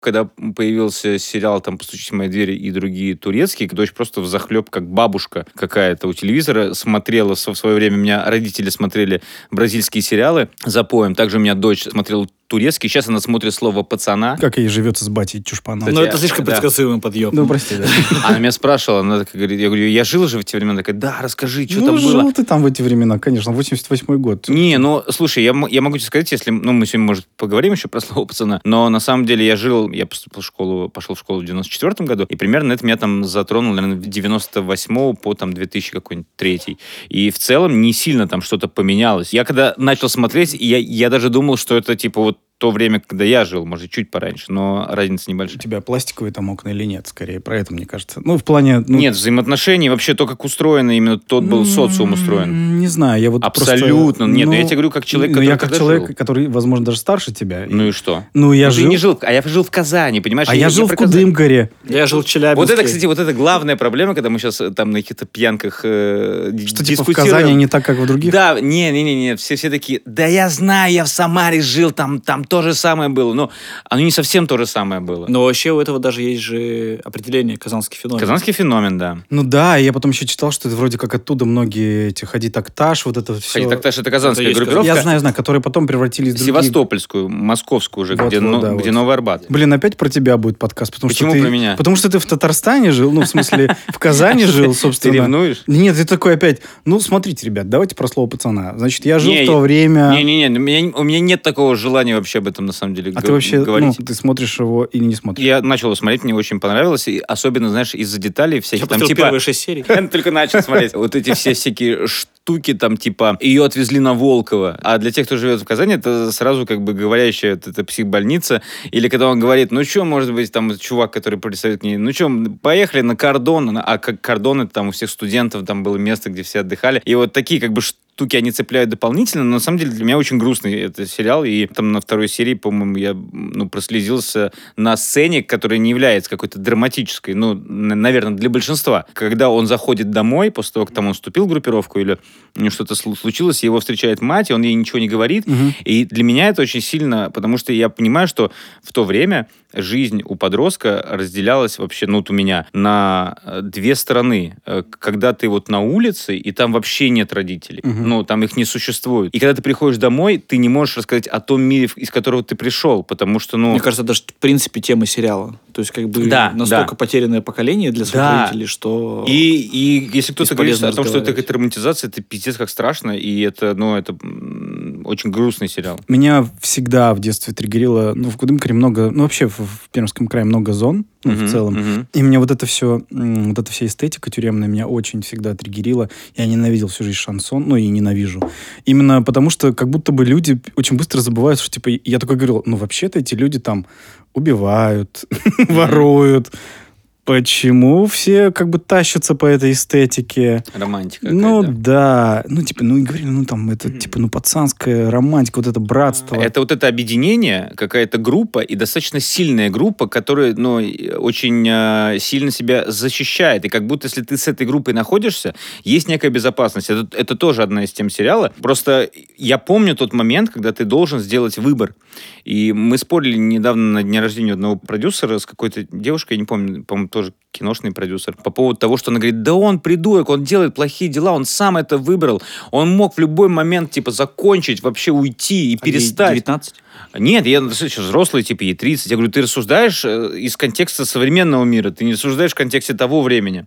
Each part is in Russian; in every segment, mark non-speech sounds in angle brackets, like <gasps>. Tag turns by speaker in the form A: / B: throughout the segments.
A: когда появился сериал там «Постучись в мои двери» и другие турецкие, дочь просто взахлеб, как бабушка какая-то у телевизора смотрела. В свое время у меня родители смотрели бразильские сериалы за поем. Также у меня дочь смотрела турецкий. Сейчас она смотрит слово «пацана».
B: Как ей живется с батей Чушпаном.
C: Но
A: Кстати,
C: это
A: я-
C: слишком
A: да.
C: предсказуемый подъем.
B: Ну, прости, <laughs> да.
A: Она меня спрашивала, она такая говорит, я говорю, я жила же в те времена. Она такая, да, расскажи, что
B: ну,
A: там
B: жил
A: было.
B: ты там в эти времена, конечно, 88 год.
A: Не, ну, слушай, я, м- я могу тебе сказать, если, ну, мы сегодня, может, поговорим еще про слово пацана, но на самом деле я жил, я поступил в школу, пошел в школу в 94 году, и примерно это меня там затронуло, наверное, 98 по там 2000 какой-нибудь третий. И в целом не сильно там что-то поменялось. Я когда начал смотреть, я, я даже думал, что это типа вот то время, когда я жил, может, чуть пораньше, но разница
B: У
A: небольшая.
B: тебя пластиковые там окна или нет, скорее, про это, мне кажется. Ну, в плане... ну,
A: Нет, взаимоотношений, вообще то, как устроено, именно тот был
B: м,
A: социум устроен.
B: Не знаю, я вот просто-
A: Абсолютно. Нет, ну, я тебе говорю, как человек,
B: ну,
A: который
B: Я как
A: тогда
B: человек,
A: жил.
B: который, возможно, даже старше тебя.
A: Ну и что?
B: Ну, я
A: Ну, ты
B: жил...
A: не жил, а я жил в Казани, понимаешь?
B: А я жил в
A: про Казань.
B: Кудымгаре.
C: Я жил в Челябинске.
A: Вот это, кстати, вот это главная проблема, когда мы сейчас там на каких-то пьянках э, д-
B: Что типа в
A: дискутируем.
B: Казани не так, как в других.
A: Да, не, не, не, не, все, все такие, да я знаю, я в Самаре жил, там, там то же самое было. Но оно не совсем то же самое было.
B: Ну,
C: Но вообще у этого даже есть же определение казанский феномен.
A: Казанский феномен, да.
B: Ну да, и я потом еще читал, что это вроде как оттуда многие эти ходи такташ, вот это все.
A: Кстати, так та же это казанская
C: Это есть
A: группировка.
B: Я знаю, знаю, которые потом превратились в другие.
A: Севастопольскую, московскую уже,
B: Вот,
A: где,
B: вот,
A: ну-
B: да,
A: где
B: вот.
A: Новый Арбат.
B: Блин, опять про тебя будет подкаст, потому
A: Почему
B: что ты,
A: про меня?
B: потому что ты в Татарстане жил, ну в смысле в
A: <laughs>
B: Казани жил,
A: Ты
B: собственно.
A: ревнуешь?
B: Нет, ты такой опять. Ну смотрите, ребят, давайте про слово пацана. Значит, я жил
A: Не,
B: в то
A: я-
B: время.
A: Не-не-не, у меня, у меня нет такого желания вообще об этом на самом деле
B: а
A: г-
B: ты вообще, ну,
A: говорить.
B: ты смотришь его или не смотришь?
A: Я начал его смотреть, мне очень понравилось, и особенно, знаешь, из-за деталей всяких
C: Я
A: там
C: посмотрел
A: типа... <laughs>
C: первые шесть серий.
A: Я только начал смотреть. Вот эти все всякие штуки там, типа, ее отвезли на Волково. А для тех, кто живет в Казани, это сразу как бы говорящая вот эта психбольница. Или когда он говорит, ну что, может быть, там чувак, который представит к ней, ну что, поехали на кордон. А как кордон, это там у всех студентов, там было место, где все отдыхали. И вот такие как бы штуки они цепляют дополнительно, но на самом деле для меня очень грустный этот сериал, и там на второй серии, по-моему, я ну, прослезился на сцене, которая не является какой-то драматической, ну, наверное, для большинства. Когда он заходит домой, после того, как там он вступил в группировку или ну, что-то слу- случилось, его встречает мать, и он ей ничего не говорит,
B: Мгм.
A: и для меня это очень сильно, потому что я понимаю, что в то время жизнь у подростка разделялась вообще, ну вот у меня, на э, две стороны. Э, Когда ты вот на улице, и там вообще нет родителей.
B: Мгм.
A: Ну, там их не существует. И когда ты приходишь домой, ты не можешь рассказать о том мире, в- из которого ты пришел, потому что, ну...
C: Мне кажется, даже в принципе тема сериала. То есть как бы
A: Да,
C: настолько
A: да.
C: потерянное поколение для своих
A: Да.
C: родителей, что...
A: И, и если кто-то говорит
C: бесполезно
A: о том, что это
C: разговаривать.
A: какая травматизация, это пиздец как страшно, и это, ну, это м, очень грустный сериал.
B: Меня всегда в детстве триггерило, ну, в Кудымкаре много, ну, вообще в, в Пермском крае много зон, ну,
A: Мгм,
B: в целом.
A: мгм.
B: И мне вот это все, м, вот эта вся эстетика тюремная меня очень всегда триггерила. Я ненавидел всю жизнь шансон, ну и ненавижу. Именно потому, что как будто бы люди очень быстро забывают, что типа, я такой говорил, ну вообще-то эти люди там убивают, <laughs> воруют. Почему все как бы тащатся по этой эстетике?
A: Романтика.
B: Ну
A: какая-то.
B: да, ну типа, ну и говорили, ну там это типа, ну пацанская романтика, вот это братство.
A: Это вот это объединение, какая-то группа, и достаточно сильная группа, которая ну, и очень э, сильно себя защищает. И как будто если ты с этой группой находишься, есть некая безопасность. Это, это тоже одна из тем сериала. Просто я помню тот момент, когда ты должен сделать выбор. И мы спорили недавно на дне рождения одного продюсера с какой-то девушкой, я не помню, по-моему, тоже киношный продюсер, по поводу того, что она говорит, да он придурок, он делает плохие дела, он сам это выбрал, он мог в любой момент, типа, закончить, вообще уйти и
C: А ей
A: перестать.
C: 19?
A: Нет, я достаточно взрослый, типа, ей 30. Я говорю, ты рассуждаешь э, из контекста современного мира, ты не рассуждаешь в контексте того времени.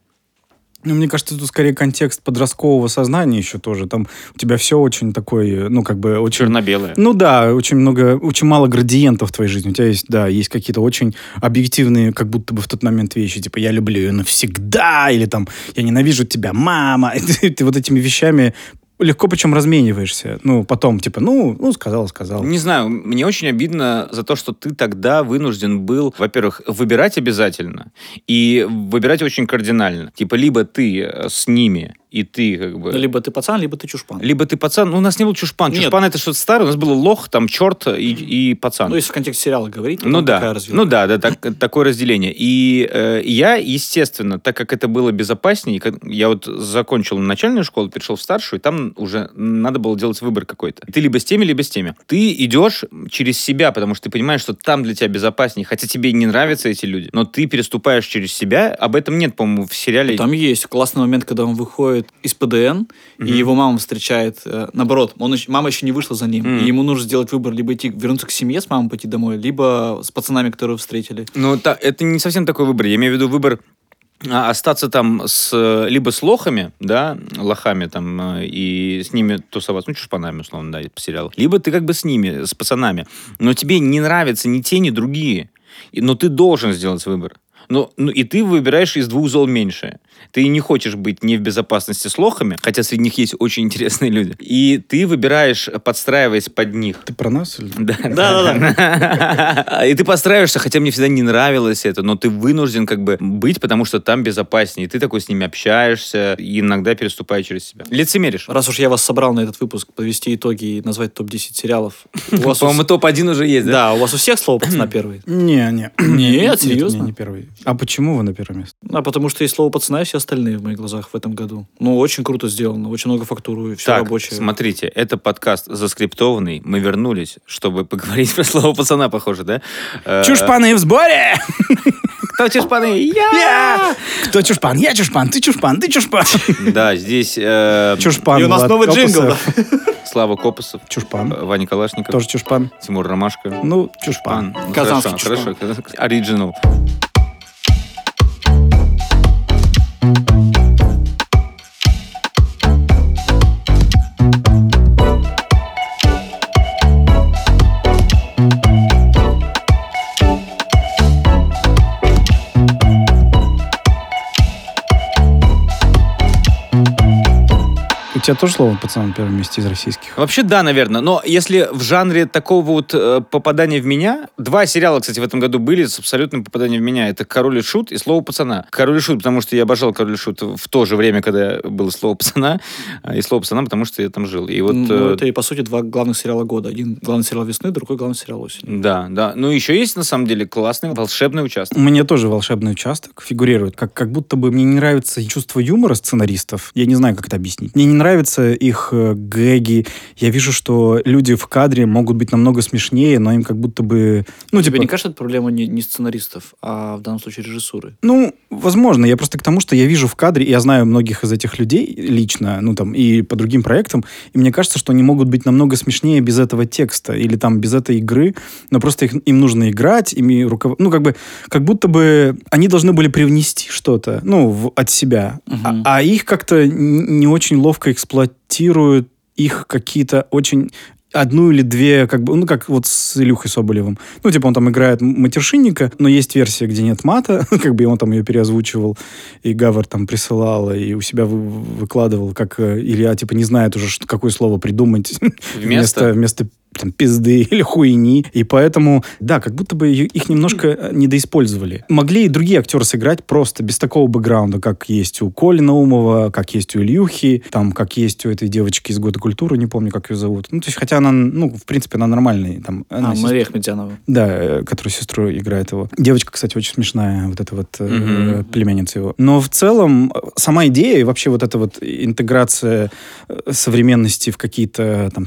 B: Ну, мне кажется, тут скорее контекст подросткового сознания еще тоже. Там у тебя все очень такое, ну, как бы очень...
A: Черно-белое.
B: Ну да, очень много, очень мало градиентов в твоей жизни. У тебя есть, да, есть какие-то очень объективные, как будто бы в тот момент вещи, типа я люблю ее навсегда, или там я ненавижу тебя, мама. <laughs> И Ты вот этими вещами легко причем размениваешься. Ну, потом, типа, ну, ну, сказал, сказал.
A: Не знаю, мне очень обидно за то, что ты тогда вынужден был, во-первых, выбирать обязательно и выбирать очень кардинально. Типа, либо ты э, с ними, и ты как бы...
C: Ну, Либо ты пацан, либо ты чушпан.
A: Либо ты пацан. Ну, у нас не был чушпан.
C: Нет.
A: Чушпан это что-то старое. У нас было лох, там черт и, и пацан.
C: Ну, если в контексте сериала говорить, то
A: Ну
C: там такая
A: да,
C: развилка.
A: ну да, да, так- <laughs> такое разделение. И э, я, естественно, так как это было безопаснее, как- я вот закончил начальную школу, перешел в старшую, и там уже надо было делать выбор какой-то. Ты либо с теми, либо с теми. Ты идешь через себя, потому что ты понимаешь, что там для тебя безопаснее, хотя тебе и не нравятся эти люди, но ты переступаешь через себя. Об этом нет, по-моему, в сериале.
C: Там есть классный момент, когда он выходит из ПДН,
A: Мгм.
C: и его мама встречает, э, наоборот, он ещё- мама еще не вышла за ним,
A: М.
C: и ему нужно сделать выбор, либо идти, вернуться к семье с мамой, пойти домой, либо с пацанами, которые встретили.
A: Ну, та- это не совсем такой выбор. Я имею в виду выбор а, остаться там с э, либо с лохами, да, лохами там, э, и с ними тусоваться, ну, чушпанами, условно, да, по сериалу. Либо ты как бы с ними, с пацанами, но тебе не нравятся ни те, ни другие, И- но ты должен сделать выбор. Но, ну, и ты выбираешь из двух зол меньше. Ты не хочешь быть не в безопасности с лохами, хотя среди них есть очень интересные люди. И ты выбираешь, подстраиваясь под них.
B: Ты про нас? или-
A: Да,
C: Да-да-да.
A: да. И ты подстраиваешься, хотя мне всегда не нравилось это, но ты вынужден как бы быть, потому что там безопаснее. И ты такой с ними общаешься, и иногда переступая через себя. Лицемеришь.
C: Раз уж я вас собрал на этот выпуск подвести итоги и назвать топ-10 сериалов, у вас у
A: По-моему,
C: вс-
A: топ-1 уже есть, да?
C: да, у вас у всех
A: <clears throat>
C: слово пацана первый.
B: Не, не.
C: Нет, серьезно?
B: Не, не первый. А почему вы на первом месте?
C: А потому что есть слово пацана, и все остальные в моих глазах в этом году. Ну, очень круто сделано, очень много фактуры, все
A: Так,
C: рабочее.
A: смотрите, это подкаст заскриптованный. Мы вернулись, чтобы поговорить про слово пацана, похоже, да? Э,
B: Чушпаны в сборе!
A: Кто чушпаны? Я!
B: Кто чушпан? Я чушпан, ты чушпан, ты
C: <laughs>
B: чушпан.
A: Да, здесь э,
B: Чушпан.
C: И у нас
B: Влад
C: новый джингл,
B: Копусов.
A: Слава Копосов,
B: Чушпан.
A: э, Ваня Калашников,
B: Тоже чушпан.
A: Тимур Ромашко.
B: Ну, чушпан.
A: Пан. Ну,
C: Казанский
A: хорошо, хорошо. Оригинал.
B: У тебя тоже слово пацан на первом месте из российских?
A: Вообще, да, наверное. Но если в жанре такого вот э, попадания в меня... Два сериала, кстати, в этом году были с абсолютным попаданием в меня. Это «Король и Шут» и «Слово пацана». «Король и Шут», потому что я обожал «Король и Шут» в то же время, когда было «Слово пацана», а, и «Слово пацана», потому что я там жил. И <laughs> вот...
C: Ну,
A: э,
C: это и, по сути, два главных сериала года. Один главный сериал весны, другой главный сериал осени.
A: Да, да. Ну, еще есть, на самом деле, классный волшебный участок.
B: Мне тоже волшебный участок фигурирует. Как, как будто бы мне не нравится чувство юмора сценаристов. Я не знаю, как это объяснить. Мне не нравятся их э, гэги. Я вижу, что люди в кадре могут быть намного смешнее, но им как будто бы... Ну,
C: Тебе
B: типа,
C: не кажется, это проблема не, не сценаристов, а в данном случае режиссуры?
B: Ну, возможно. Я просто к тому, что я вижу в кадре, и я знаю многих из этих людей лично, ну там, и по другим проектам, и мне кажется, что они могут быть намного смешнее без этого текста или там без этой игры, но просто их, им нужно играть, ими руков... Ну, как бы, как будто бы они должны были привнести что-то, ну, в- от себя,
C: Мгм.
B: а, а их как-то н- не очень ловко эксплуатируют их какие-то очень одну или две, как бы, ну, как вот с Илюхой Соболевым. Ну, типа, он там играет м- матершинника, но есть версия, где нет мата, <laughs> как бы, и он там ее переозвучивал, и Гавр там присылал, и у себя вы- выкладывал, как э, Илья, типа, не знает уже, что- какое слово придумать
A: Вместо...
B: вместо там, пизды <laughs> или хуйни. И поэтому, да, как будто бы е- их немножко э, недоиспользовали. Могли и другие актеры сыграть просто без такого бэкграунда, как есть у Коли Наумова, как есть у Ильюхи, там, как есть у этой девочки из «Года культуры», не помню, как ее зовут. Ну, то есть, хотя она, ну, в принципе, она нормальная. Там, она
C: А,
B: сестра-
C: Мария Ахмедзянова.
B: да, э, которую сестру играет его. Девочка, кстати, очень смешная, вот эта вот э,
A: Мгм.
B: племянница его. Но в целом э, сама идея и вообще вот эта вот интеграция э, современности в какие-то там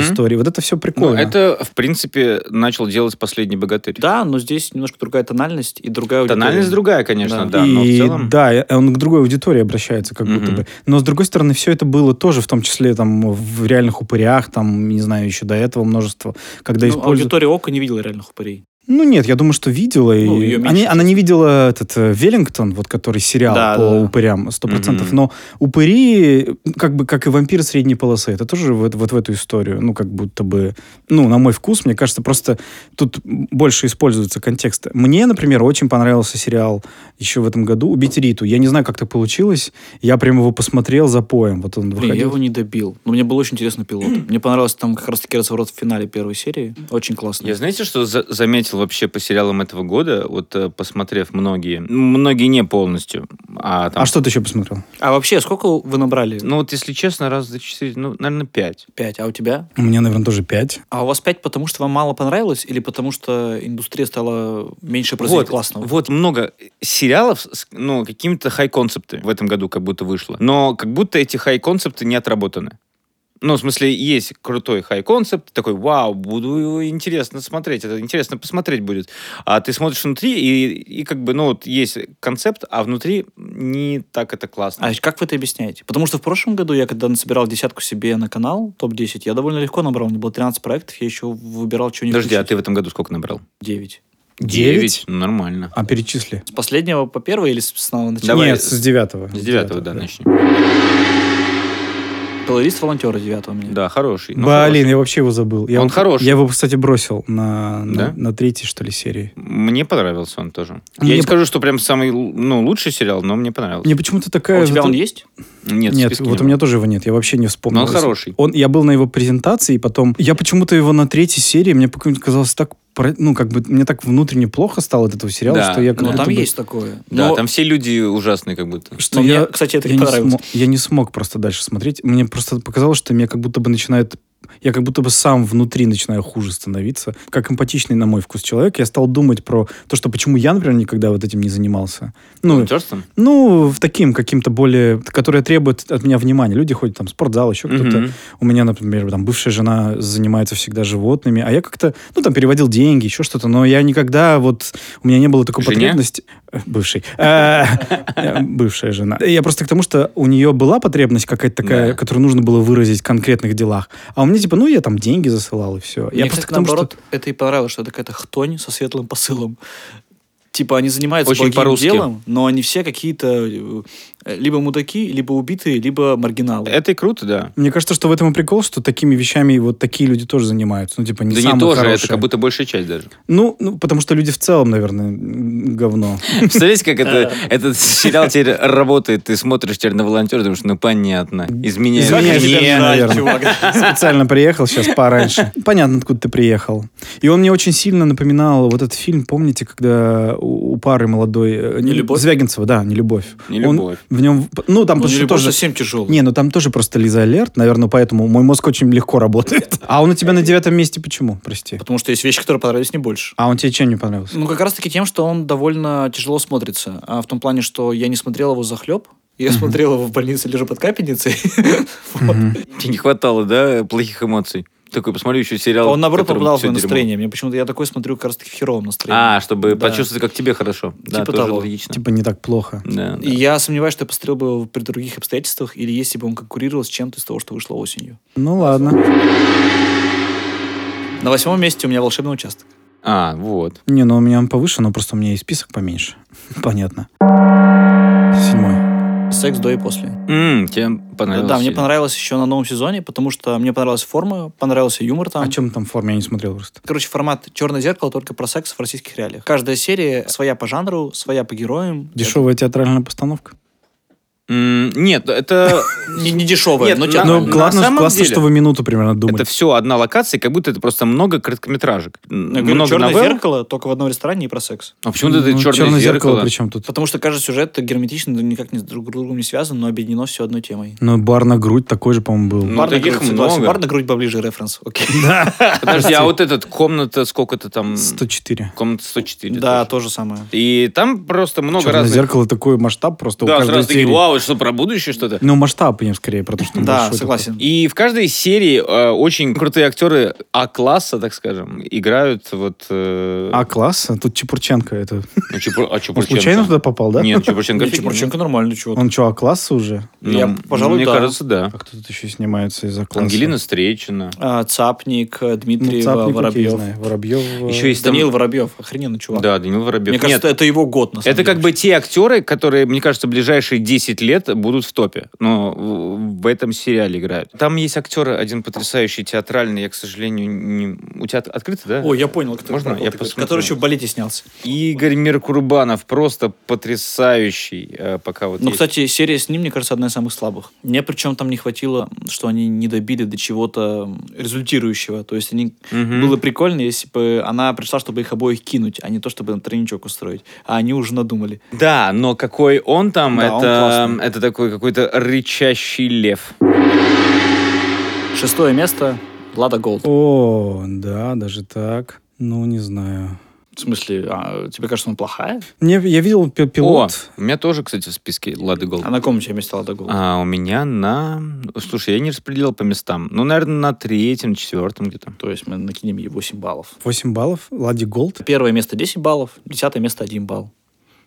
A: Мгм.
B: истории, вот это все
A: Ну,
B: прикольно.
A: это, в принципе, начал делать «Последний богатырь».
C: Да, но здесь немножко другая тональность и другая аудитория.
A: Тональность другая, конечно, да,
C: Да.
A: но в
B: И
A: целом...
B: да, и он к другой аудитории обращается, как будто
A: Мгм.
B: бы. Но с другой стороны, все это было тоже, в том числе там в реальных упырях, там, не знаю, еще до этого множество, когда
C: Ну,
B: используют.
C: Аудитория Ока не видела реальных упырей.
B: Ну нет, я думаю, что видела. и
C: Ну, её меньше,
B: они, она не видела этот э, Веллингтон, вот который сериал
C: Да,
B: по
C: да, да.
B: упырям, сто процентов.
A: Мгм.
B: Но упыри, как бы как и вампиры средней полосы, это тоже вот, вот в эту историю. Ну как будто бы, ну на мой вкус, мне кажется, просто тут больше используется контекст. Мне, например, очень понравился сериал еще в этом году «Убить Риту». Я не знаю, как так получилось. Я прям его посмотрел за поем. Вот он
C: Блин, я
B: выходил.
C: его не добил. Но мне был очень интересный пилот. Мне понравился там как раз-таки разворот в финале первой серии. Очень классно.
A: Я знаете, что за- заметил заметил вообще по сериалам этого года, вот э, посмотрев многие, ну, многие не полностью, а там...
B: А что ты еще посмотрел?
C: А вообще, сколько вы набрали?
A: Ну вот если честно, раз за четыре, ну, наверное, пять.
C: Пять. А у тебя?
B: У меня, наверное, тоже пять.
C: А у вас пять, потому что вам мало понравилось или потому что индустрия стала меньше производить
A: Вот,
C: классного?
A: вот много сериалов с ну, какими-то хай-концепты в этом году как будто вышло. Но как будто эти хай-концепты не отработаны. Ну, в смысле, есть крутой хай-концепт, такой, вау, буду его интересно смотреть, это интересно посмотреть будет. А ты смотришь внутри, и, и как бы, ну, вот есть концепт, а внутри не так это классно.
C: А как вы это объясняете? Потому что в прошлом году я, когда насобирал десятку себе на канал, топ-10, я довольно легко набрал. У меня было 13 проектов, я еще выбирал что-нибудь.
A: Подожди, а ты в этом году сколько набрал?
C: 9.
B: Девять?
A: Ну, нормально.
B: А перечисли.
C: С последнего по первой или с самого начала?
A: Давай.
B: Нет, с девятого.
A: С девятого, да, начнем.
C: Плейлист волонтера девятого А у меня.
A: Да, хороший. ну,
B: Блин, я вообще его забыл. Я
A: Он
B: его-
A: хороший.
B: Я его, кстати, бросил на, на,
A: Да?
B: на третьей, что ли, серии.
A: Мне понравился он тоже.
B: Мне
A: Я не
B: по-
A: скажу, что прям самый л- ну, лучший сериал, но мне понравился.
B: Мне почему-то
C: А
B: такая...
C: у тебя
B: вот-
C: он есть?
A: Нет, в
B: Нет,
A: списке
B: вот
A: не
B: у меня
A: было.
B: тоже его нет, я вообще не вспомнил.
A: Но он хороший.
B: Он, я был на его презентации, и потом... Я почему-то его на третьей серии, мне почему-то казалось так... про- Ну, как бы мне так внутренне плохо стало от этого сериала,
A: Да,
B: что я как
C: Ну,
B: будто
C: там
B: бы-
C: есть такое.
A: Да,
C: Но-
A: там все люди ужасные как будто.
B: Что
C: Но мне,
B: я,
C: кстати, это
B: я
C: не
B: не
C: понравилось.
B: смо- я не смог просто дальше смотреть. Мне просто показалось, что меня как будто бы начинает... Я как будто бы сам внутри начинаю хуже становиться. Как эмпатичный, на мой вкус, человек, я стал думать про то, что почему я, например, никогда вот этим не занимался. Ну,
A: Терстон?
B: ну, в таким каким-то более... Которое требует от меня внимания. Люди ходят там в спортзал, еще кто-то.
A: Мгм.
B: У меня, например, там бывшая жена занимается всегда животными, а я как-то, ну, там переводил деньги, еще что-то, но я никогда вот, у меня не было такой
A: Жене?
B: потребности. Э, Бывшей. Э, э, Бывшая жена. Я просто к тому, что у нее была потребность какая-то такая,
A: Да.
B: которую нужно было выразить в конкретных делах. А у меня типа, ну, я там деньги засылал и все.
C: Мне,
B: Я
C: кстати,
B: просто к тому, что...
C: наоборот, это и понравилось, что это какая-то хтонь со светлым посылом. Типа они занимаются
A: Очень
C: благим
A: по-русски.
C: делом, но они все какие-то э, либо мудаки, либо убитые, либо маргиналы.
A: Это и круто, да.
B: Мне кажется, что в этом и прикол, что такими вещами вот такие люди тоже занимаются. Ну, типа, не
A: да
B: самые
A: не тоже, а это
B: хорошие.
A: как будто большая часть даже.
B: ну, ну, потому что люди в целом, наверное, м, говно.
A: Представляете, как это, этот сериал теперь работает, ты смотришь теперь на волонтера, думаешь, ну понятно, изменяет.
C: Как
B: Извиняюсь,
C: тебе
B: не,
C: жаль,
B: наверное.
C: чувак?
B: Специально приехал сейчас пораньше. <laughs> Понятно, откуда ты приехал. И он мне очень сильно напоминал вот этот фильм, помните, когда у, у пары молодой... э, не-
C: «Нелюбовь»?
B: Звягинцева, да, «Нелюбовь».
A: «Нелюбовь».
B: Он, в нем... Ну,
C: <laughs>
B: там
C: Ну,
B: просто
C: или
B: тоже...
C: совсем тяжелый.
B: Не, ну там тоже просто Лиза Алерт, наверное, поэтому мой мозг очень легко
C: <laughs>
B: работает. А он у тебя на девятом месте почему, прости?
C: Потому что есть вещи, которые понравились не больше.
B: А он тебе чем не
C: <laughs>
B: понравился?
C: Ну, как раз-таки тем, что он довольно тяжело смотрится. А в том плане, что я не смотрел его захлеб, я смотрел его в больнице, лежу под
B: <laughs>
C: капельницей. Вот.
A: <laughs> Тебе не хватало, да, плохих эмоций. Такой, посмотрю еще сериал.
C: Он, наоборот,
A: в котором
C: попадал в
A: всё
C: мое
A: дерьмо.
C: настроение. Мне почему-то я такой смотрю как раз-таки в херовом настроении.
A: А, чтобы
C: Да.
A: почувствовать, как тебе хорошо. Да,
C: Типа
A: тоже
C: того.
A: логично.
B: Типа не так плохо.
A: Да, да.
C: И я сомневаюсь, что я посмотрел бы его при других обстоятельствах, или если бы он конкурировал с чем-то из того, что вышло осенью.
B: Ну ладно.
C: На восьмом месте у меня волшебный участок.
A: А, вот.
B: Не, ну у меня он повыше, но просто у меня и список поменьше. <laughs> Понятно. Седьмой.
C: Секс до и после.
A: М, тебе понравилось.
C: да, мне
A: сериал?
C: понравилось еще на новом сезоне, потому что мне понравилась форма, понравился юмор там.
A: А
B: О чем там форме? Я не смотрел просто.
C: Короче, формат «Черное зеркало» только про секс в российских реалиях. Каждая серия своя по жанру, своя по героям.
B: Дешевая театральная постановка.
A: М, Нет,
B: <laughs>
A: это...
C: Это Не, не дешевая,
A: Нет,
C: но
A: на- Ну,
C: тем не
B: Ну,
A: на
C: менее.
B: классно,
A: самом
B: классно
A: деле-
B: что вы минуту примерно думаете.
A: Это все одна локация, как будто это просто много короткометражек. М,
C: Я говорю,
A: Много
C: «Черное
A: новелл.
C: зеркало» только в одном ресторане и про секс.
A: А почему это
B: Ну,
A: черное, зеркало?
B: причем тут?
C: Потому что каждый сюжет герметично никак не, с друг другом не связан, но объединено все одной темой.
B: Ну, бар на грудь такой же, по-моему, был.
A: Ну, таких
C: грудь, согласен.
A: много.
C: Бар на грудь поближе референс. Окей.
A: Подожди, а вот этот комната сколько-то там?
B: 104.
A: Комната 104.
C: Да,
A: тоже.
C: то же самое.
A: И там просто много
B: Черное
A: разных...
B: зеркало такой масштаб просто у
A: Да,
B: каждой
A: сразу такие,
B: серии.
A: вау, что, про будущее что-то?
B: Ну, масштаб, я скорее про то, что он
C: Да,
B: большой
C: согласен.
A: Ну, И в каждой серии э, очень крутые актеры А-класса, так скажем, играют вот... э,
B: такой. А класс, а тут Чепурченко. Это...
A: ну, Чепур- а
B: Он
A: Чепурченко?
B: случайно туда попал, да?
A: Нет, ну, Чепурченко
C: Не,
A: офигенный.
C: Чебурченко нормально, чего
B: Он что, а класса уже?
A: Ну,
C: Я, пожалуй,
A: Мне
C: да.
A: кажется, да.
B: А кто тут еще снимается из-за класса?
A: Ангелина Встречина.
C: А, Цапник, э,
B: Ну,
C: Дмитрий
B: Цапник, окей,
C: Воробьев.
B: знаю. э, Воробьев.
A: Еще есть там-
C: Даниил Воробьев, охрененный чувак.
A: Да, Данил Воробьев.
C: Мне
A: Нет,
C: кажется, это его год, на самом
A: Это как
C: деле.
A: бы те актеры, которые, мне кажется, ближайшие 10 лет будут в топе. Но в в этом сериале играют. Там есть актер один потрясающий, театральный, я, к сожалению, не... У тебя от- открыто, да?
C: О, я понял, кто
A: Можно
C: про-
A: я
C: который
A: посмотрю?
C: который еще в балете снялся.
A: Игорь Меркурбанов просто потрясающий, э, пока вот
C: Ну,
A: есть.
C: кстати, серия с ним, мне кажется, одна из самых слабых. Мне причем там не хватило, что они не добили до чего-то результирующего. То есть они
A: Мгм.
C: было прикольно, если бы она пришла, чтобы их обоих кинуть, а не то, чтобы на тройничок устроить. А они уже надумали.
A: Да, но какой он там,
C: Да, он
A: это,
C: классный.
A: это такой какой-то рычащий лев.
C: Шестое место Лада Голд.
B: О, да, даже так. Ну, не знаю.
C: В смысле, а, тебе кажется, она плохая?
B: Мне, я видел пи- пилот.
A: О, у меня тоже, кстати, в списке Лады Голд.
C: А на ком у тебя место Лада Голд?
A: А у меня на... ну, Слушай, я не распределил по местам. Ну, наверное, на третьем, четвертом где-то.
C: То есть мы накинем ей 8 баллов.
B: 8 баллов. Лади Голд.
C: Первое место 10 баллов, десятое место 1 балл.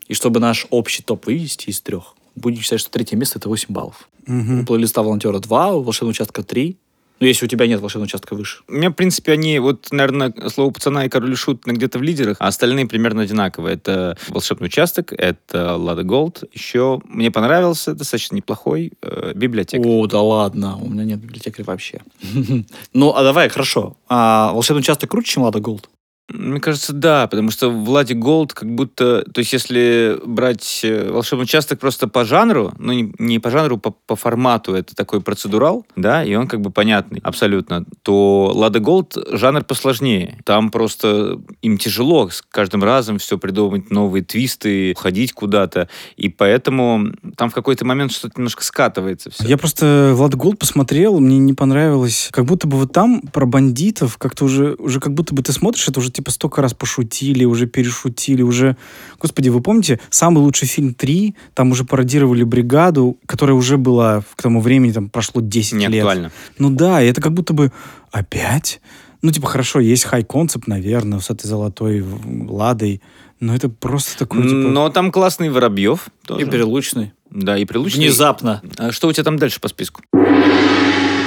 C: И чтобы наш общий топ вывести из трех, будем считать, что третье место это 8 баллов.
B: Мгм.
C: У плейлиста волонтера 2, у волшебного участка 3. Ну, если у тебя нет волшебного участка выше.
A: У меня, в принципе, они, вот, наверное, слово пацана и король и шут ну, где-то в лидерах, а остальные примерно одинаковые. Это волшебный участок, это Лада Голд. Еще мне понравился, достаточно неплохой, э, библиотека.
C: О, да ладно, у меня нет библиотекаря вообще. <laughs> Ну, а давай, хорошо. А волшебный участок круче, чем Лада Голд?
A: Мне кажется, да, потому что в Ладе Голд как будто... То есть если брать э, волшебный участок просто по жанру, ну не, не по жанру, по, по формату, это такой процедурал, да, и он как бы понятный абсолютно, то Лада Голд жанр посложнее. Там просто им тяжело с каждым разом все придумывать, новые твисты, ходить куда-то, и поэтому там в какой-то момент что-то немножко скатывается все.
B: Я просто Влад Голд посмотрел, мне не понравилось. Как будто бы вот там про бандитов как-то уже, уже как будто бы ты смотришь, это уже типа столько раз пошутили, уже перешутили, уже... Господи, вы помните, самый лучший фильм 3, там уже пародировали бригаду, которая уже была к тому времени, там прошло 10
A: Не
B: лет.
A: актуально.
B: Ну да, и это как будто бы опять. Ну, типа, хорошо, есть хай-концепт, наверное, с этой золотой в- ладой, но это просто такой, типа...
A: Но там классный Воробьев тоже.
C: И Перелучный.
A: Да, и Прилучный.
C: Внезапно.
A: А Что у тебя там дальше по списку?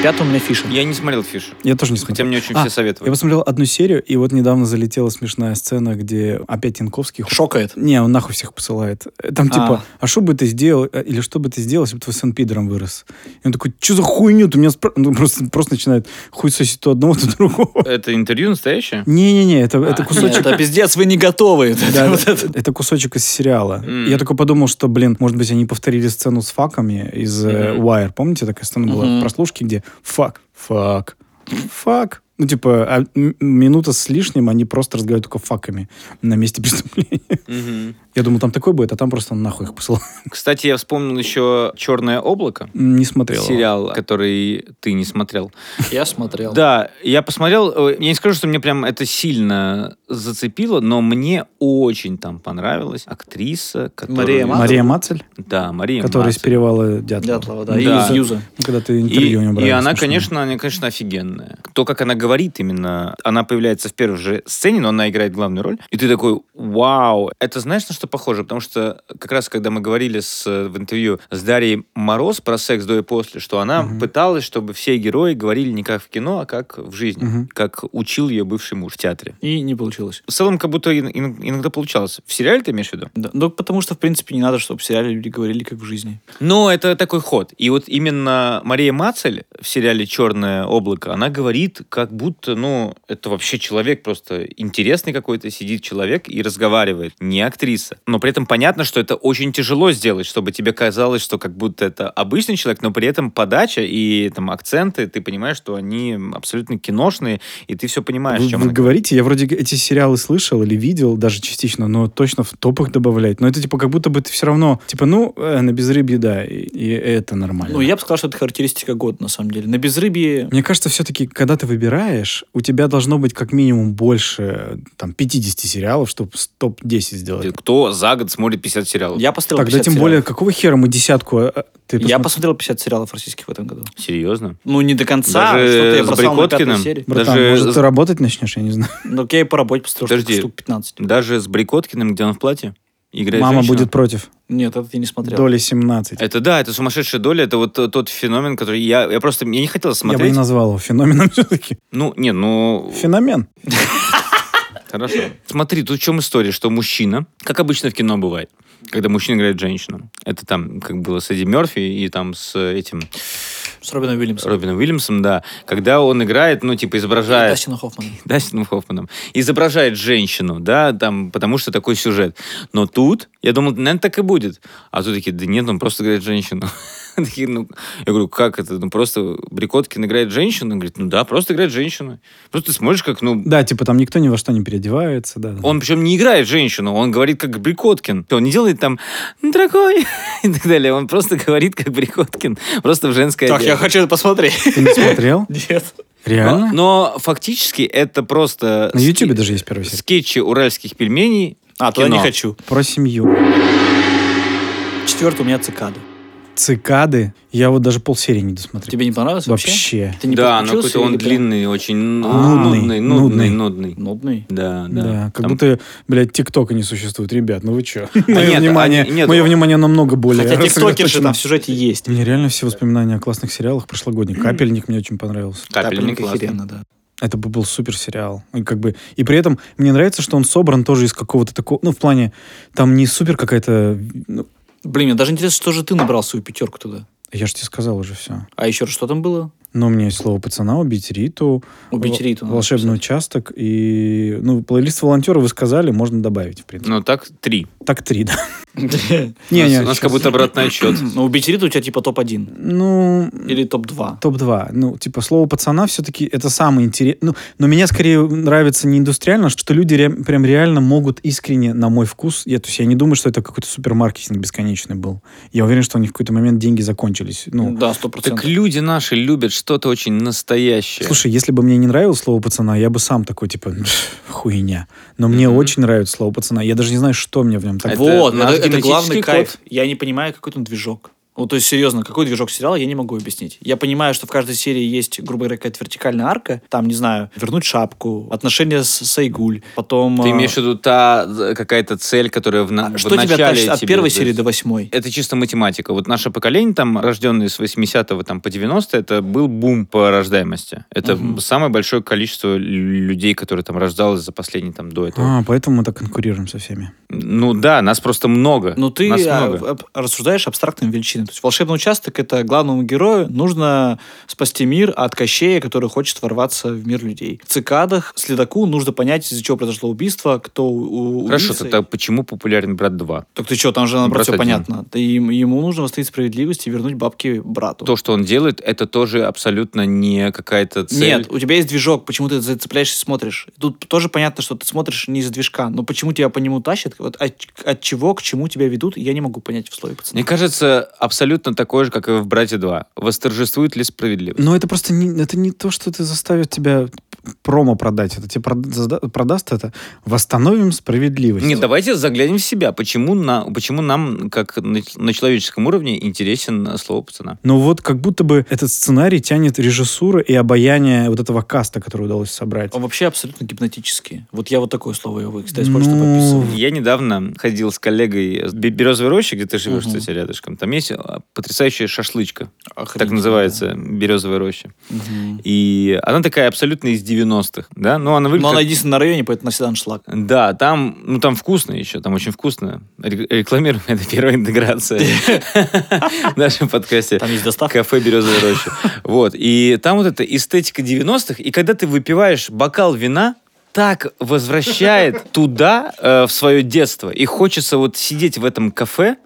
C: Пятый у меня фиша.
A: Я не смотрел фиш.
B: Я тоже не
A: Хотя
B: смотрел.
A: мне очень
B: А,
A: все
B: Я
A: советовали.
B: посмотрел одну серию, и вот недавно залетела смешная сцена, где опять Янковский... ху-
C: Шокает.
B: Не, он нахуй всех посылает. Там
C: А.
B: типа, а что бы ты сделал, э, или что бы ты сделал, если бы твой сын пидором вырос? И он такой, что за хуйню ты меня спра-» Ну, просто, просто начинает хуй сосить то одного,
A: <laughs>
B: то другого.
A: Это интервью настоящее?
B: Не-не-не, это, это
A: А,
B: кусочек...
C: Это пиздец, вы не готовы.
A: <laughs>
C: Это
B: Да,
C: <laughs> вот
B: это,
C: это.
B: это кусочек из сериала.
A: М.
B: Я такой подумал, что, блин, может быть, они повторили сцену с факами из э,
A: Мгм.
B: Wire. Помните, такая сцена была
C: Мгм.
B: в прослушке, где фак, фак, фак. Ну, типа, а м- минута с лишним они просто разговаривают только факами на месте <laughs> преступления.
A: Мгм.
B: Я думал, там такое будет, а там просто нахуй их посылал.
A: Кстати, я вспомнил еще «Черное облако».
B: Не смотрел.
A: Сериал, который ты не смотрел.
C: Я смотрел.
A: Да, я посмотрел. э, Я не скажу, что мне прям это сильно зацепило, но мне очень там понравилась актриса, которая...
C: Мария Мацель?
B: Мария Мацель,
A: Да, Мария
B: которая из
A: Мацель.
B: перевала Дятлова. Ну,
C: Дятлова, да.
A: Да.
C: И из Юза.
B: Когда ты
A: И,
B: интервью у нее брал.
A: и она,
B: смешное.
A: конечно, она, конечно, офигенная. То, как она говорит именно, она появляется в первой же сцене, но она играет главную роль. И ты такой, вау. Это знаешь, на что похоже? Потому что как раз, когда мы говорили с, в интервью с Дарьей Мороз про секс до и после, что она
B: Мгм.
A: пыталась, чтобы все герои говорили не как в кино, а как в жизни.
B: Мгм.
A: Как учил ее бывший муж в театре.
C: И не получилось.
A: В целом, как будто ин- ин- иногда получалось. В сериале ты имеешь в виду?
C: Да. Ну, потому что, в принципе, не надо, чтобы в сериале люди говорили, как в жизни. Ну,
A: Но это такой ход. И вот именно Мария Мацель в сериале «Черное облако», она говорит, как будто, ну, это вообще человек просто интересный какой-то, сидит человек и разговаривает, не актриса. Но при этом понятно, что это очень тяжело сделать, чтобы тебе казалось, что как будто это обычный человек, но при этом подача и там акценты, ты понимаешь, что они абсолютно киношные, и ты все понимаешь,
B: Вы,
A: чем
B: вы
A: она
B: говорите, я вроде эти сериалы слышал или видел, даже частично, но точно в топах добавлять. Но это типа как будто бы ты все равно, типа, ну, э, на безрыбье, да, и, и это нормально.
C: Ну, я бы сказал, что это характеристика года, на самом деле. На безрыбье...
B: Мне кажется, все-таки, когда ты выбираешь, у тебя должно быть как минимум больше э, там 50 сериалов, чтобы топ-10 сделать.
A: говорит. Кто за год смотрит 50 сериалов?
C: Я посмотрел
B: Тогда
C: 50
B: тем
C: сериалов.
B: более, какого хера мы десятку... э, э, Ты
C: Я
B: посмотри-
C: посмотрел 50 сериалов российских в этом году.
A: Серьезно?
C: Ну, не до конца.
A: Даже
C: что-то я
A: с
C: бросал на пятой
A: Брикоткиным?
C: серии.
B: Братан,
A: даже
B: может,
A: з-
B: ты работать начнешь, я не знаю.
C: Ну, окей, по работе посмотрел
A: Подожди.
C: штук 15.
A: Даже с Брикоткиным, где он в платье? Играет
B: Мама
A: женщину?
B: будет против.
C: Нет, этот я не смотрел.
B: Доля 17.
A: Это да, это сумасшедшая доля, это вот э, тот феномен, который я, я просто, я не хотел
B: Я бы
A: смотреть.
B: <laughs> не назвал его феноменом все-таки.
A: Ну, не, ну...
B: Феномен.
A: Хорошо. Смотри, тут в чем история, что мужчина, как обычно в кино бывает, когда мужчина играет женщину. Это там, как было с Эдди Мерфи и там с этим
C: С Робином Уильямсом.
A: Робином Уильямсом, да. Когда он играет, ну, типа, изображает...
C: Дастина Хоффмана.
A: <laughs> Дастином Хоффманом, изображает женщину, да, там, потому что такой сюжет. Но тут, я думал, наверное, так и будет. А тут такие, да нет, он просто играет женщину. <laughs> Такие, ну, я говорю, как это? Ну, просто Брикоткин играет женщину? Он говорит, ну да, просто играет женщину. Просто ты смотришь, как, ну,
B: Да, типа там никто ни во что не переодевается, да.
A: он причем не играет женщину, он говорит как Брикоткин. Он не делает там «Ну, «дорогой» <laughs> и так далее. Он просто говорит как Брикоткин, просто в женской
C: Так, я
A: одежде.
C: хочу это посмотреть. <laughs>
B: Ты не смотрел?
C: Нет.
A: Но,
B: Реально?
C: Ну,
A: но фактически это просто...
B: На
A: ски-
B: Ютубе даже есть первая серия.
A: Скетчи уральских пельменей.
C: А, тогда не
A: Кино.
C: хочу.
B: Про семью.
C: Четвертый у меня цикады.
B: Цикады. Я вот даже полсерии не досмотрел.
C: Тебе не понравилось вообще?
B: Вообще.
C: Ты не
A: да, но
C: подключился
A: какой-то он
C: или прям
A: длинный, очень ну, нудный,
B: Нудный,
A: нудный,
B: нудный.
A: нудный.
C: Нудный.
A: Да, да.
B: Да, как
A: Там-
B: будто, блядь, ТикТока не существует, ребят, ну вы
C: <laughs>
B: чё?
A: нет,
B: Мое
A: а
B: внимание,
A: не- нет,
B: мое
A: он-
B: внимание намного более.
C: ну, Хотя тиктокер же
B: рассредоточено. <laughs>
C: там в сюжете есть.
B: У меня реально все воспоминания о классных сериалах прошлогодних. Капельник мне очень понравился.
A: Капельный
C: Капельник
A: классный.
C: охеренно, да.
B: Это бы был супер сериал. И как бы и при этом мне нравится, что он собран тоже из какого-то такого, ну в плане там не супер какая-то. ну,
C: Блин, мне даже интересно, что же ты набрал свою пятерку туда.
B: я же тебе сказал уже все.
C: А еще раз, что там было?
B: Но у меня есть слово пацана, убить Риту,
C: Убить
B: Во-
C: Риту. ну. надо
B: волшебный
C: <laughs>
B: участок и ну плейлист волонтера вы сказали, можно добавить в принципе.
A: Ну так, три.
B: Так
A: <laughs>
B: три, да.
C: написать.
B: Не,
A: у нас,
B: не,
A: у нас
B: щас.
A: как будто обратный
C: <clears throat>
A: отчет.
C: Но убить Риту у тебя типа топ-1
B: Ну
C: или топ-2.
B: Топ-2. Ну, типа, слово пацана все-таки это самое интересное. Ну, но меня скорее нравится не индустриально, что люди ре- прям реально могут искренне, на мой вкус, я, то есть я не думаю, что это какой-то супермаркетинг бесконечный был. Я уверен, что у них в какой-то момент деньги закончились. Ну,
C: Да, сто
A: Так
C: процентов.
A: люди наши любят что-то очень настоящее.
B: Слушай, если бы мне не нравилось слово пацана, я бы сам такой, типа, «Пф, хуйня. Но мне
A: Мгм.
B: очень нравится слово пацана. Я даже не знаю, что мне в нем так...
A: Это
C: Вот,
A: наш
C: это это главный
A: генетический
C: кайф.
A: код.
C: Я не понимаю, какой там движок. Ну, то есть, серьезно, какой движок сериала, я не могу объяснить. Я понимаю, что в каждой серии есть, грубо говоря, какая-то вертикальная арка. Там, не знаю, вернуть шапку, отношения с Сайгуль, потом...
A: Ты
C: э,
A: имеешь в виду та э, какая-то цель, которая в, на...
C: а
A: в
C: Что тебя
A: начале
C: тащит от
A: тебе
C: первой
A: дает?
C: серии до восьмой?
A: это чисто математика. Вот наше поколение, там, рожденные с 80-го там, по 90 это был бум по рождаемости. Это
C: Мгм.
A: самое большое количество лю- людей, которые там рождалось за последние там до этого.
B: А, поэтому мы так конкурируем со всеми.
A: Ну да, нас просто много.
C: Ну, ты
A: типа. нас
C: а,
A: много.
C: об- рассуждаешь абстрактными величинами. То есть волшебный участок — это главному герою нужно спасти мир от Кощея, который хочет ворваться в мир людей. В цикадах следаку нужно понять, из-за чего произошло убийство, кто у, у-
A: Хорошо,
C: убийца.
A: тогда почему популярен брат 2?
C: Так ты что, там же наоборот
A: Брат
C: все
A: один.
C: понятно. Да им- ему нужно восстановить справедливость и вернуть бабки брату.
A: То, что он делает, это тоже абсолютно не какая-то цель.
C: Нет, у тебя есть движок, почему ты зацепляешься и смотришь. Тут тоже понятно, что ты смотришь не из-за движка, но почему тебя по нему тащат, вот от, от чего к чему тебя ведут, я не могу понять в слове пацана.
A: Мне кажется, абсолютно такое же, как и в «Брате 2». Восторжествует ли справедливость?
B: Но это просто не, это не то, что ты заставит тебя промо продать. Это тебе прод- зада- продаст это. Восстановим справедливость.
A: Нет, давайте заглянем в себя. Почему, на, почему нам, как на, на человеческом уровне, интересен э, слово пацана?
B: Но вот как будто бы этот сценарий тянет режиссура и обаяние вот этого каста, который удалось собрать.
C: Он А вообще абсолютно гипнотический. Вот я вот такое слово его, кстати, использую, чтобы
B: Ну,
C: описывать.
A: Я недавно ходил с коллегой с Бе- Березовой рощи, где ты живешь,
C: Мгм.
A: кстати, рядышком. Там есть а, потрясающая шашлычка, так
C: Охренеть,
A: называется, Березовая роща.
C: да. Мгм.
A: И она такая абсолютно из 90-х, да? Но она выглядит...
C: Но она
A: как-
C: единственная на районе, поэтому навсегда аншлаг.
A: Да, там, ну там вкусно еще, там очень вкусно. Ре- Рекламируем, <laughs> это первая интеграция в нашем подкасте.
C: Там есть доставка.
A: Кафе «Березовая роща». Вот, и там вот эта эстетика 90-х, и когда ты выпиваешь бокал вина, так возвращает туда, э, в свое детство. И хочется вот сидеть в этом кафе,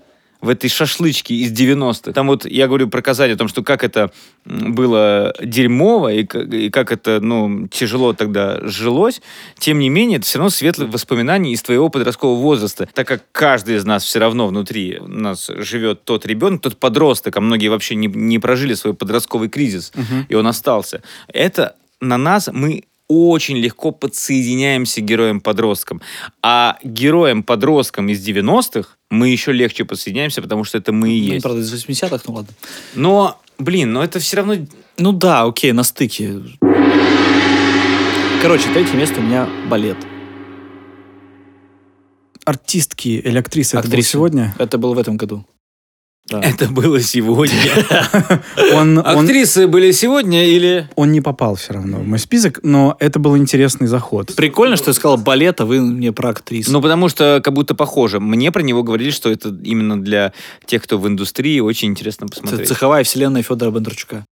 A: в этой шашлычке из 90-х. Там вот я говорю про Казань, о том, что как это м, было дерьмово и как, и как это, ну, тяжело тогда жилось. Тем не менее, это все равно светлые воспоминания из твоего подросткового возраста, так как каждый из нас все равно внутри нас живет тот ребенок, тот подросток, а многие вообще не, не прожили свой подростковый кризис, и он остался. Это на нас мы очень легко подсоединяемся к героям-подросткам. А героям-подросткам из 90-х мы еще легче подсоединяемся, потому что это мы и
C: Ну,
A: есть.
C: правда, из 80-х, ну ладно.
A: Но, блин, но это все равно...
C: Ну да, окей, на стыке. Короче, третье место у меня балет.
B: Артистки или актрисы это было
C: Актрисы.
B: сегодня?
C: Это было в этом году.
A: Это было сегодня.
B: Он, он,
A: Актрисы были сегодня или...
B: он не попал все равно в мой список, но это был интересный заход.
C: Прикольно, что я сказал балет, а вы мне про актрису.
A: Ну, потому что как будто похоже. Мне про него говорили, что это именно для тех, кто в индустрии, очень интересно
C: Это
A: посмотреть.
C: цеховая вселенная Федора Бондарчука.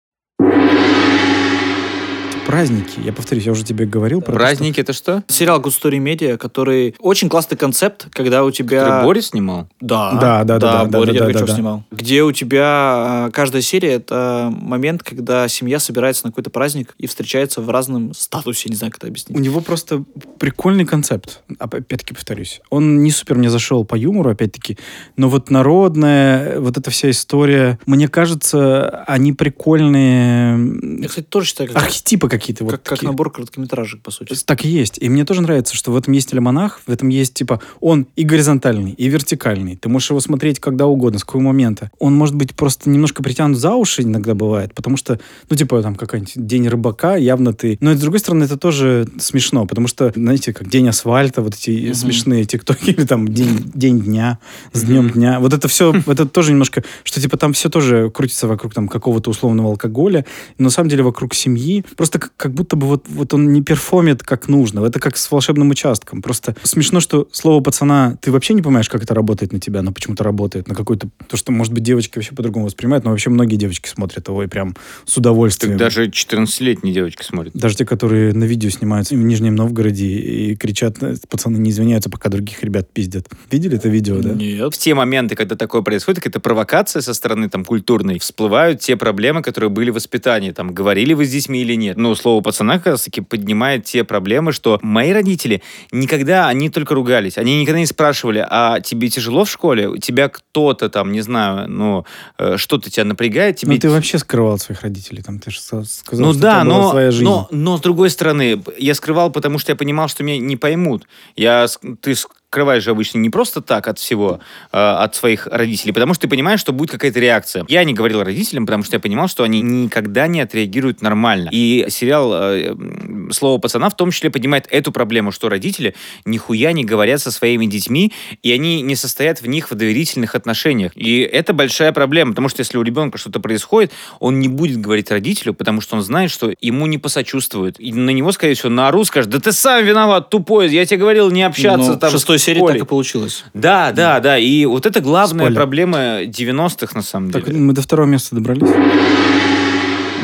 B: Праздники. Я повторюсь, я уже тебе говорил про то,
A: Праздники это что?
C: Сериал Good Story Media, который очень классный концепт, когда у тебя...
A: Который Борис снимал?
C: Да,
B: Да, да, да, да, да,
C: Боря
B: да,
C: Дергачев
B: да, да.
C: снимал. Где у тебя э, каждая серия это момент, когда семья собирается на какой-то праздник и встречается в разном статусе, не знаю, как это
B: У
C: объяснить.
B: него просто прикольный концепт. Оп- Опять-таки повторюсь. Он не супер мне зашел по юмору, опять-таки. Но вот народная, э, вот эта вся история, мне кажется, они прикольные. м,
C: Я, кстати, тоже считаю, как,
B: Архетипы какие-то. вот
C: как- как
B: такие.
C: набор короткометражек, по сути.
B: Так и есть. И мне тоже нравится, что в этом есть телемонах, в этом есть, типа, он и горизонтальный, и вертикальный. Ты можешь его смотреть когда угодно, с какого момента. Он, может быть, просто немножко притянут за уши иногда бывает, потому что, ну, типа, там, какой-нибудь день рыбака, явно ты... Но, с другой стороны, это тоже смешно, потому что, знаете, как день асфальта, вот эти
C: Мгм.
B: смешные тиктоки, или там день, день дня, с днем
A: Мгм.
B: дня. Вот это все, <laughs> это тоже немножко, что, типа, там все тоже крутится вокруг, там, какого-то условного алкоголя, но на самом деле вокруг семьи. Просто как, как будто бы вот, вот он не перформит как нужно. Это как с волшебным участком. Просто смешно, что слово пацана, ты вообще не понимаешь, как это работает на тебя, оно почему-то работает на какой-то... То, что, может быть, девочки вообще по-другому воспринимают, но вообще многие девочки смотрят его и прям с удовольствием.
A: Так даже 14-летняя девочка смотрит.
B: Даже те, которые на видео снимаются в Нижнем Новгороде и кричат, э, пацаны не извиняются, пока других ребят пиздят. Видели это видео, да?
A: В те моменты, когда такое происходит, какая-то провокация со стороны там культурной, всплывают те проблемы, которые были в воспитании. Там, говорили вы с детьми или нет. Ну, слово пацана как раз-таки поднимает те проблемы, что мои родители никогда, они только ругались. Они никогда не спрашивали, а тебе тяжело в школе? У тебя кто-то там, не знаю, ну, э, что-то тебя напрягает? Тебе
B: Ну, ты вообще скрывал от своих родителей, там, ты же со- сказал,
A: Ну
B: что
A: да,
B: это была
A: но,
B: своя жизнь.
A: но, но с другой стороны, я скрывал, потому что я понимал, что меня не поймут. Я, с- ты скрываешь же обычно не просто так от всего, э, от своих родителей, потому что ты понимаешь, что будет какая-то реакция. Я не говорил родителям, потому что я понимал, что они никогда не отреагируют нормально. И сериал э, м, «Слово пацана» в том числе поднимает эту проблему, что родители нихуя не говорят со своими детьми, и они не состоят в них в доверительных отношениях. И это большая проблема, потому что если у ребенка что-то происходит, он не будет говорить родителю, потому что он знает, что ему не посочувствуют. И на него, скорее всего, наорут, скажут, да ты сам виноват, тупой, я тебе говорил не общаться
C: Ну,
A: там
C: в шестой
A: с
C: серии
A: Колей».
C: так и получилось.
A: Да, да, да, и вот это главная
B: Спойлер.
A: проблема 90-х, на самом
B: Так, ну,
A: деле.
B: мы до второго места добрались.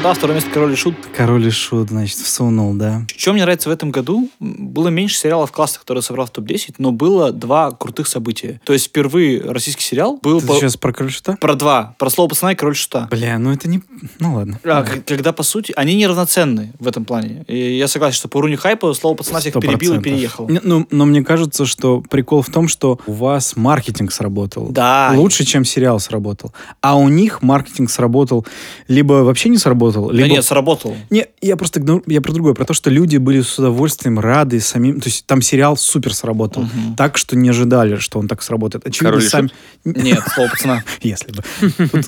C: Да, второе место «Король и Шут».
B: Король и Шут, значит, всунул, да.
C: Чем мне нравится в этом году, м, было меньше сериалов классных, которые я собрал в топ-10, но было два крутых события. То есть впервые российский сериал был
B: Ты
C: Ну, по-
B: сейчас про Король Шута?
C: про два. Про слово пацана и король шута.
B: Бля, ну это не... Ну ладно.
C: А, к- когда, по сути, они неравноценны в этом плане. И я согласен, что по уровню хайпа слово пацана всех
B: Сто
C: перебило и
B: процентов.
C: переехало.
B: Не, ну, но мне кажется, что прикол в том, что у вас маркетинг сработал.
C: Да.
B: Лучше, чем сериал сработал. А у них маркетинг сработал либо вообще не сработал,
C: Да
B: либо...
C: нет, сработало.
B: Не, я просто гну- я про другое, про то, что люди были с удовольствием рады самим, то есть там сериал супер сработал,
C: Мгм.
B: так что не ожидали, что он так сработает. Очевидно,
A: Король и
B: сами-
C: Нет, слово пацана.
B: <laughs> если бы.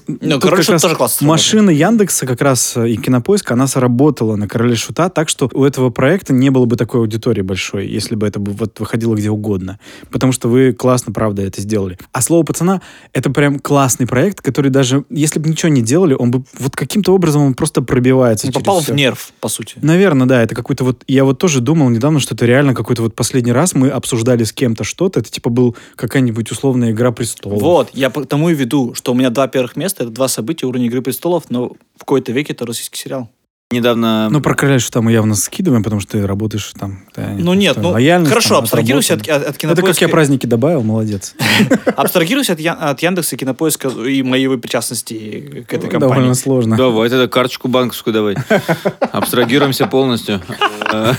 C: Ну,
B: Тут
C: король
B: как
C: шут
B: раз
C: тоже классно. сработал.
B: Машина Яндекса как раз э, и Кинопоиск, она сработала на Короле Шута, так что у этого проекта не было бы такой аудитории большой, если бы это бы вот выходило где угодно. Потому что вы классно, правда, это сделали. А «Слово пацана» — это прям классный проект, который даже, если бы ничего не делали, он бы вот каким-то образом он просто пробивается
C: Он
B: через
C: попал в
B: всё.
C: нерв, по сути.
B: Наверное, да, это какой-то вот... Я вот тоже думал недавно, что это реально какой-то вот последний раз мы обсуждали с кем-то что-то. Это типа был какая-нибудь условная «Игра престолов».
C: Вот, я по- к тому и веду, что у меня два первых места, это два события уровня «Игры престолов», но в какой-то веке это российский сериал.
A: Недавно...
B: Ну, про короля что мы явно скидываем, потому что ты работаешь там. да,
C: Ну нет,
B: там
C: ну
B: лояльность,
C: хорошо,
B: там,
C: абстрагируйся от,
B: отработка.
C: от, от
B: Это как
C: «Кинопоиска».
B: я праздники добавил,
C: <laughs>
B: молодец.
C: Абстрагируйся от, Я- от Яндекса, Кинопоиска и моей причастности к этой компании.
B: Довольно сложно.
A: Давай тогда карточку банковскую давай. Абстрагируемся полностью. Э,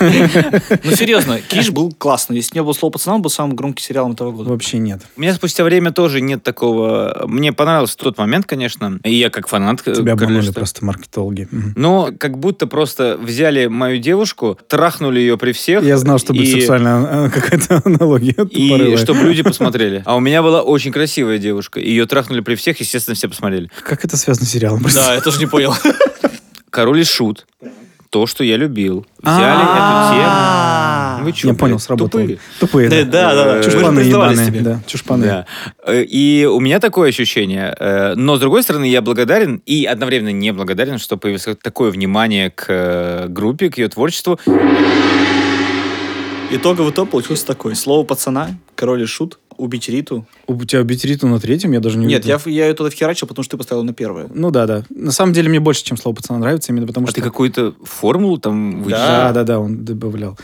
C: Ну, серьезно, Киш был классный. Если не было слова пацана, он был самым громким сериалом этого года.
B: Вообще нет.
A: У меня спустя время тоже нет такого... Мне понравился тот момент, конечно. И я как фанат... э,
B: Тебя
A: «Короля
B: обманули
A: Шута».
B: просто маркетологи. Мгм.
A: Но как будто просто взяли мою девушку, трахнули ее при всех.
B: Я знал, что будет
A: и-
B: сексуальная а, <laughs> какая-то аналогия.
A: И
B: тупорылая.
A: чтобы
B: <laughs>
A: люди посмотрели. А у меня была очень красивая девушка. Ее трахнули при всех, естественно, все посмотрели.
C: <laughs>
B: Как это связано с сериалом?
C: Да, я тоже не понял.
A: Король и шут. то, что я любил. Взяли эту
C: А-а-а.
A: тему. Вы чё,
B: Я понял,
A: блядь,
B: сработало.
A: тупые?
B: Тупые, Э,
C: Да, да, да,
A: Чушпаны
C: да. Мы
B: Чушпаны
C: же признавались
B: ебаные.
C: тебе.
B: Да, чушпаны.
A: Да. Э, И у меня такое ощущение. э, Но, с другой стороны, я благодарен и одновременно не благодарен, что появилось такое внимание к э, группе, к ее творчеству.
C: Итоговый топ получился такой. Слово пацана, король и шут, убить Риту.
B: У тебя битериту на третьем, я даже не
C: Нет,
B: увидел.
C: я, в- я ее туда вхерачил, потому что ты поставил на первое.
B: Ну да, да. На самом деле мне больше, чем слово пацана нравится, именно потому
A: А
B: что...
A: ты какую-то формулу там
B: Да,
A: вычислял?
B: да, да, он добавлял.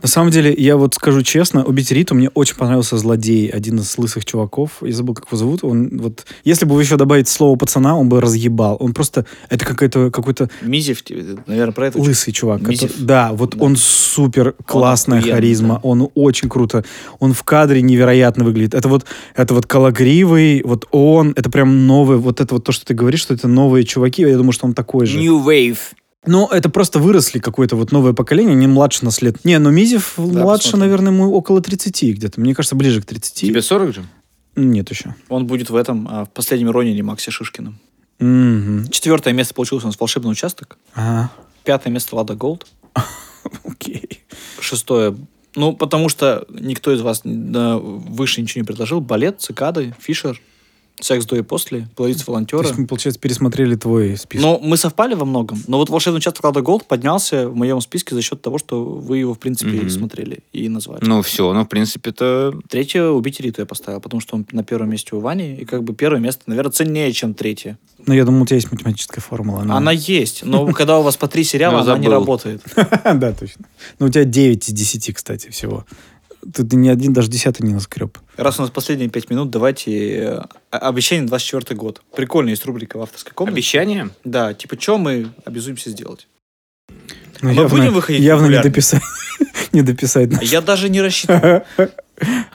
B: На самом деле, я вот скажу честно, убить Риту мне очень понравился злодей, один из лысых чуваков. Я забыл, как его зовут. Он вот, если бы вы еще добавить слово пацана, он бы разъебал. Он просто это какой-то какой-то
C: Мизев, наверное, про это.
B: лысый чувак.
C: Мизев.
B: который- да, вот
C: Да.
B: он супер классная
C: охуенный,
B: харизма,
C: да.
B: он очень круто, он в кадре невероятно выглядит. Это вот это вот калагривый, вот он, это прям новый, вот это вот то, что ты говоришь, что это новые чуваки. Я думаю, что он такой же.
A: New Wave.
B: Ну, это просто выросли какое-то вот новое поколение, не младше нас лет. Не, ну Мизев младше,
C: посмотрим.
B: наверное, ему около 30 где-то. Мне кажется, ближе к 30.
A: Тебе 40 же?
B: Нет еще.
C: Он будет в этом, а, в последнем Ронине Максе Шишкиным.
B: Мгм.
C: Четвертое место получилось у нас «Волшебный участок».
B: Ага.
C: Пятое место «Лада Голд».
B: Окей.
C: Шестое. Ну, потому что никто из вас да, выше ничего не предложил. Балет, цикады, фишер, секс до и после, половица
B: То
C: волонтера.
B: есть мы, получается, пересмотрели твой список.
C: Но мы совпали во многом. Но вот волшебный участок Лада Голд поднялся в моем списке за счет того, что вы его, в принципе,
A: Мгм.
C: смотрели и назвали.
A: Ну, все, ну, в принципе, это...
C: Третье «Убить Риту» я поставил, потому что он на первом месте у Вани. И как бы первое место, наверное, ценнее, чем третье.
B: Ну, я думал, у тебя есть математическая формула. но-
C: Она есть, но когда у вас по три
A: Ну,
C: сериала, она не
A: забыл.
C: работает.
B: <laughs> Да, точно. Ну, у тебя 9 из 10, кстати, всего. Тут ни один, даже десятый не наскреб.
C: Раз у нас последние пять минут, давайте э, о- обещание 24 год. Прикольная есть рубрика в авторской комнате.
A: Обещание?
C: Да, типа, что мы обязуемся сделать?
B: Ну,
C: мы будем выходить
B: Явно не
C: регулярно?
B: дописать. <laughs> Не дописать. А
C: А Я даже
A: <laughs>
C: не рассчитывал.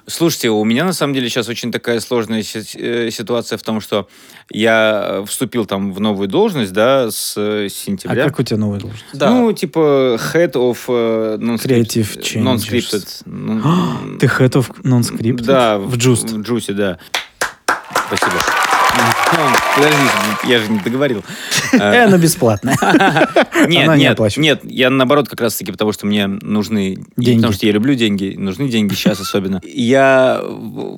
A: Слушайте, у меня на самом деле сейчас очень такая сложная си- э, ситуация в том, что я э, вступил там в новую должность, да, с э,
B: А
A: сентября.
B: как у тебя новая должность?
C: Да.
A: Ну, типа, head of э, non-script-
B: Creative Changes.
A: non-scripted.
B: <gasps>
A: Non-
B: Ты head of non-script?
A: Да,
B: В Just.
A: В Джусе, да. Спасибо. <laughs> Подожди, я же не
B: <laughs>
A: договорил.
B: Э, она бесплатная. Э, ну, Она
A: Нет,
B: не
A: нет,
B: оплачивает.
A: нет, я наоборот как раз-таки, потому что мне нужны...
B: Деньги.
A: Потому что я люблю деньги, нужны деньги сейчас особенно. Я э,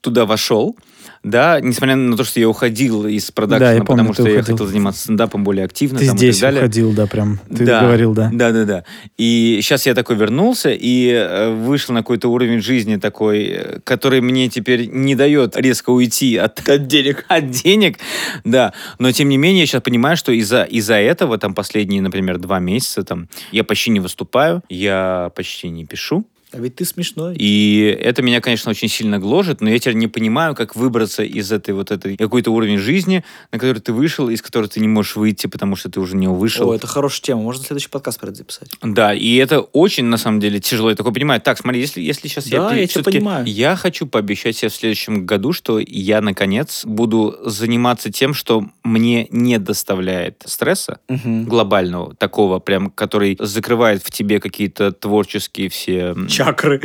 A: туда вошел, да, несмотря на то, что я уходил из
B: Да, я
A: продакшена,
B: помню,
A: потому
B: ты
A: что я
B: уходил.
A: хотел заниматься стендапом более активно.
B: Ты
A: Ну, там и
B: здесь
A: так далее.
B: уходил, да, прям. Ты
A: Да.
B: говорил, да.
A: Да, да, да. И сейчас я такой вернулся и э, вышел на какой-то уровень жизни такой, э, который мне теперь не дает резко уйти от, <laughs> денег. От денег, да. Но тем не менее, я сейчас понимаю, что из-за из-за этого, там последние, например, два месяца, там, я почти не выступаю, я почти не пишу.
C: А ведь ты смешной.
A: И это меня, конечно, очень сильно гложет, но я теперь не понимаю, как выбраться из этой вот этой какой-то уровень жизни, на который ты вышел, из которого ты не можешь выйти, потому что ты уже не вышел.
C: О, это хорошая тема. Можно следующий подкаст про это записать.
A: Да, и это очень, на самом деле, тяжело. Я такой понимаю, так, смотри, если, если сейчас
C: Да,
A: я
C: я тебя
A: всё-таки-
C: понимаю.
A: Я хочу пообещать себе в следующем году, что я, наконец, буду заниматься тем, что мне не доставляет стресса глобального, такого прям, который закрывает в тебе какие-то творческие все м,
C: Чакры.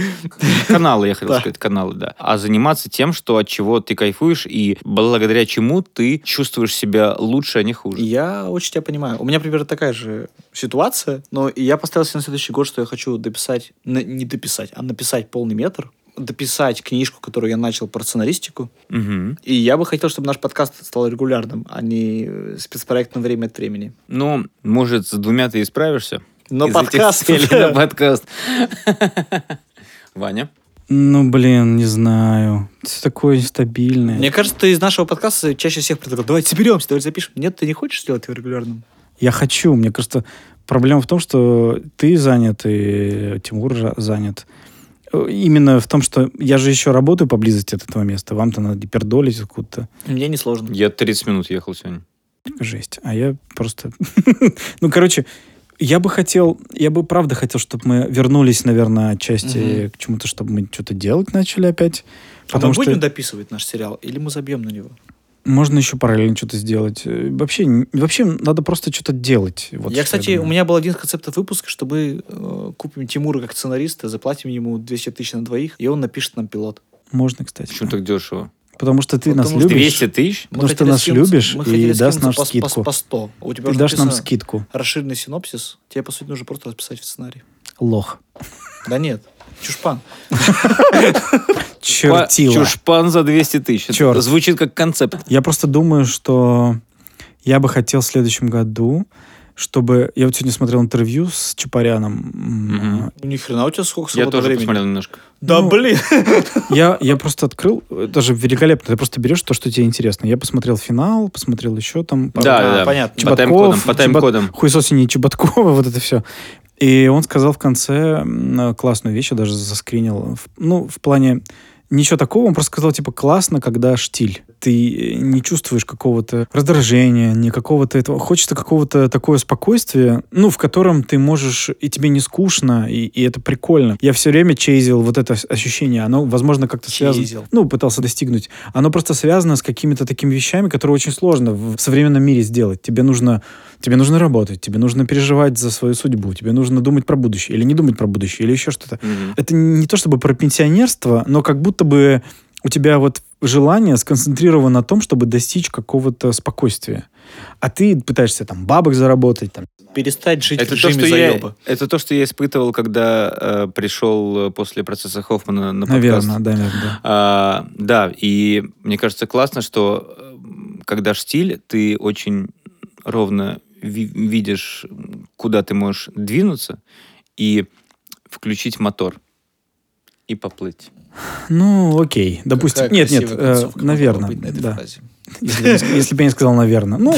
A: каналы, я хотел
C: Да.
A: сказать, каналы, да. А заниматься тем, что от чего ты кайфуешь и благодаря чему ты чувствуешь себя лучше, а не хуже.
C: Я очень тебя понимаю. У меня примерно такая же ситуация, но я поставил себе на следующий год, что я хочу дописать, на- не дописать, а написать полный метр, дописать книжку, которую я начал про сценаристику.
A: Мгм.
C: И я бы хотел, чтобы наш подкаст стал регулярным, а не э, спецпроектом время от времени.
A: Ну, может, с двумя ты и справишься.
C: Но
A: Из
C: подкаст- <laughs>
A: этих целей на подкаст. Ваня?
B: Ну, блин, не знаю. Все такое нестабильное.
C: Мне кажется, ты из нашего подкаста чаще всех предлагал, давайте соберемся, давайте запишем. Нет, ты не хочешь сделать его регулярным?
B: Я хочу. Мне кажется, проблема в том, что ты занят, и Тимур жа- занят. Э, Именно в том, что я же еще работаю поблизости от этого места. Вам-то надо пердолить откуда-то.
C: Мне не сложно.
A: Я 30 минут ехал сегодня.
B: Жесть. А я просто... <laughs> Ну, короче, я бы хотел, я бы правда хотел, чтобы мы вернулись, наверное, отчасти
C: Мгм.
B: к чему-то, чтобы мы что-то делать начали опять.
C: а
B: Потому
C: мы
B: что
C: будем дописывать наш сериал или мы забьем на него?
B: можно еще параллельно что-то сделать. Э, Вообще, н- вообще надо просто что-то делать. Вот
C: я,
B: что
C: кстати,
B: думаю.
C: у меня был один из концептов выпуска, что мы э, купим Тимура как сценариста, заплатим ему 200 тысяч на двоих, и он напишет нам пилот.
B: Можно, кстати.
A: Почему
B: да.
A: так дешево?
B: потому что ты нас
C: Потому что
B: любишь.
A: 200 тысяч?
B: Потому что нас любишь и даст нам
C: нам
B: скидку.
C: По, 100. У тебя
B: Ты
C: уже
B: дашь нам
C: написано
B: скидку.
C: Расширенный синопсис. Тебе, по сути, нужно просто расписать в сценарии.
B: Лох.
C: Да нет. Чушпан.
B: Чертила.
A: Па- Чушпан за 200 тысяч. Это
B: Черт.
A: Звучит как концепт.
B: Я просто думаю, что я бы хотел в следующем году, чтобы... Я вот сегодня смотрел интервью с Чапаряном.
A: Мгм.
C: Ну, Ни хрена у тебя сколько
A: Я
C: свободного
A: тоже
C: времени.
A: посмотрел немножко.
C: Да
B: Ну,
C: блин.
B: Я, я просто открыл, это же великолепно, ты просто берешь то, что тебе интересно. Я посмотрел финал, посмотрел еще там... пару-
A: Да,
C: А,
A: да, да.
C: понятно.
A: По
B: Чебатков,
A: тайм-кодам. По
B: Чебат-
A: тайм-кодам.
B: Хуесосине Чеботкова, <laughs> вот это все. И он сказал в конце м, классную вещь, я даже заскринил. В- Ну, в плане ничего такого, он просто сказал, типа, классно, когда штиль. Ты э, не чувствуешь какого-то раздражения, не какого-то этого. Хочется какого-то такое спокойствие, ну, в котором ты можешь, и тебе не скучно, и, и это прикольно. Я все время чейзил вот это с- ощущение, оно, возможно, как-то связано...
C: Чизил.
B: Ну, пытался достигнуть. Оно просто связано с какими-то такими вещами, которые очень сложно в в современном мире сделать. Тебе нужно Тебе нужно работать, тебе нужно переживать за свою судьбу, тебе нужно думать про будущее, или не думать про будущее, или еще что-то.
A: Мгм.
B: Это не то чтобы про пенсионерство, но как будто бы у тебя вот желание сконцентрировано на том, чтобы достичь какого-то спокойствия. А ты пытаешься там бабок заработать, там,
C: Перестать жить в
A: Это то,
C: режиме
A: что я,
C: заеба.
A: это то, что я испытывал, когда э, пришел э, после процесса Хоффмана на подкаст.
B: наверное, да, наверное, да.
A: А, да, и мне кажется классно, что м, когда штиль, ты очень ровно ви- видишь, м, куда ты можешь двинуться и включить мотор и поплыть.
B: Ну, окей, допустим.
C: Какая
B: нет, нет,
C: красивая
B: э,
C: концовка могла
B: наверное,
C: быть на этой
B: да.
C: фразе.
B: Если бы я не ск- если бы я не сказал, наверное. Ну,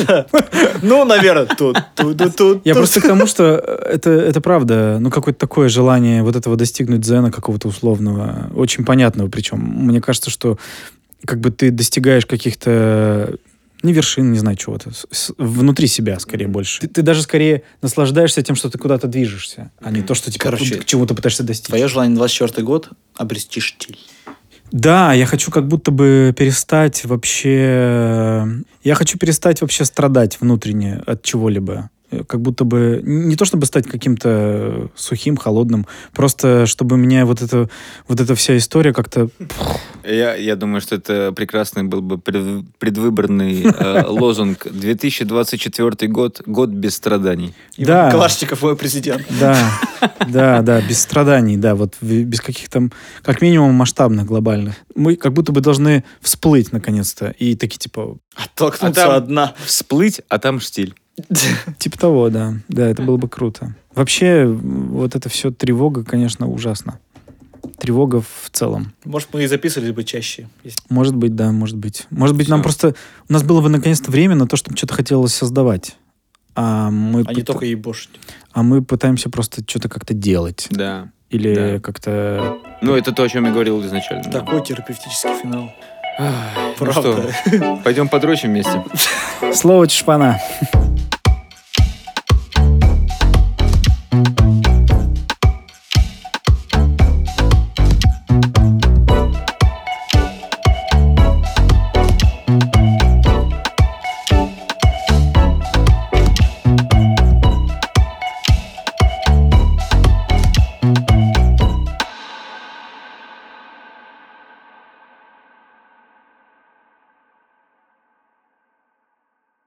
C: Ну, наверное, тут, тут, тут, тут.
B: Я просто к тому, что э, это, это правда, ну, какое-то такое желание вот этого достигнуть дзена какого-то условного, очень понятного причем. Мне кажется, что как бы ты достигаешь каких-то не вершин, не знаю чего-то, с- с- внутри себя скорее больше. Ты, ты даже скорее наслаждаешься тем, что ты куда-то движешься, а не то, что типа,
C: Короче,
B: к чему ты пытаешься достичь.
C: Твое желание на 24 год обрести штиль.
B: Да, я хочу как будто бы перестать вообще... Я хочу перестать вообще страдать внутренне от чего-либо. Э, Как будто бы... Не то чтобы стать каким-то сухим, холодным, просто чтобы меня вот эта, вот эта вся история как-то...
A: Я, я думаю, что это прекрасный был бы пред- предвыборный э, <laughs> лозунг. 2024 год, год без страданий.
B: Да.
C: Калашников мой президент.
B: Да, да, да, без страданий, да, вот в- без каких-то, как минимум, масштабных, глобальных. Мы как будто бы должны всплыть наконец-то и такие типа...
C: Оттолкнуться
A: А там-
C: одна.
A: Всплыть, а там штиль.
B: Типа того, да, да, это было бы круто. Вообще, м, вот это все тревога, конечно, ужасно. Тревога в целом.
C: Может, мы и записывались бы чаще. если-
B: Может быть, да, может быть. Может быть, нам
A: Всё.
B: просто... У нас было бы наконец-то время на то, чтобы что-то хотелось создавать. А мы,
C: А не
B: пыта-
C: только ебошить.
B: а мы пытаемся просто что-то как-то делать.
A: Да.
B: Или
A: Да.
B: как-то...
A: Ну, это то, о чем я говорил изначально. да.
C: Такой терапевтический финал.
A: Ах, ну
C: Правда.
A: что, пойдем подрочим вместе.
B: Слово чешпана.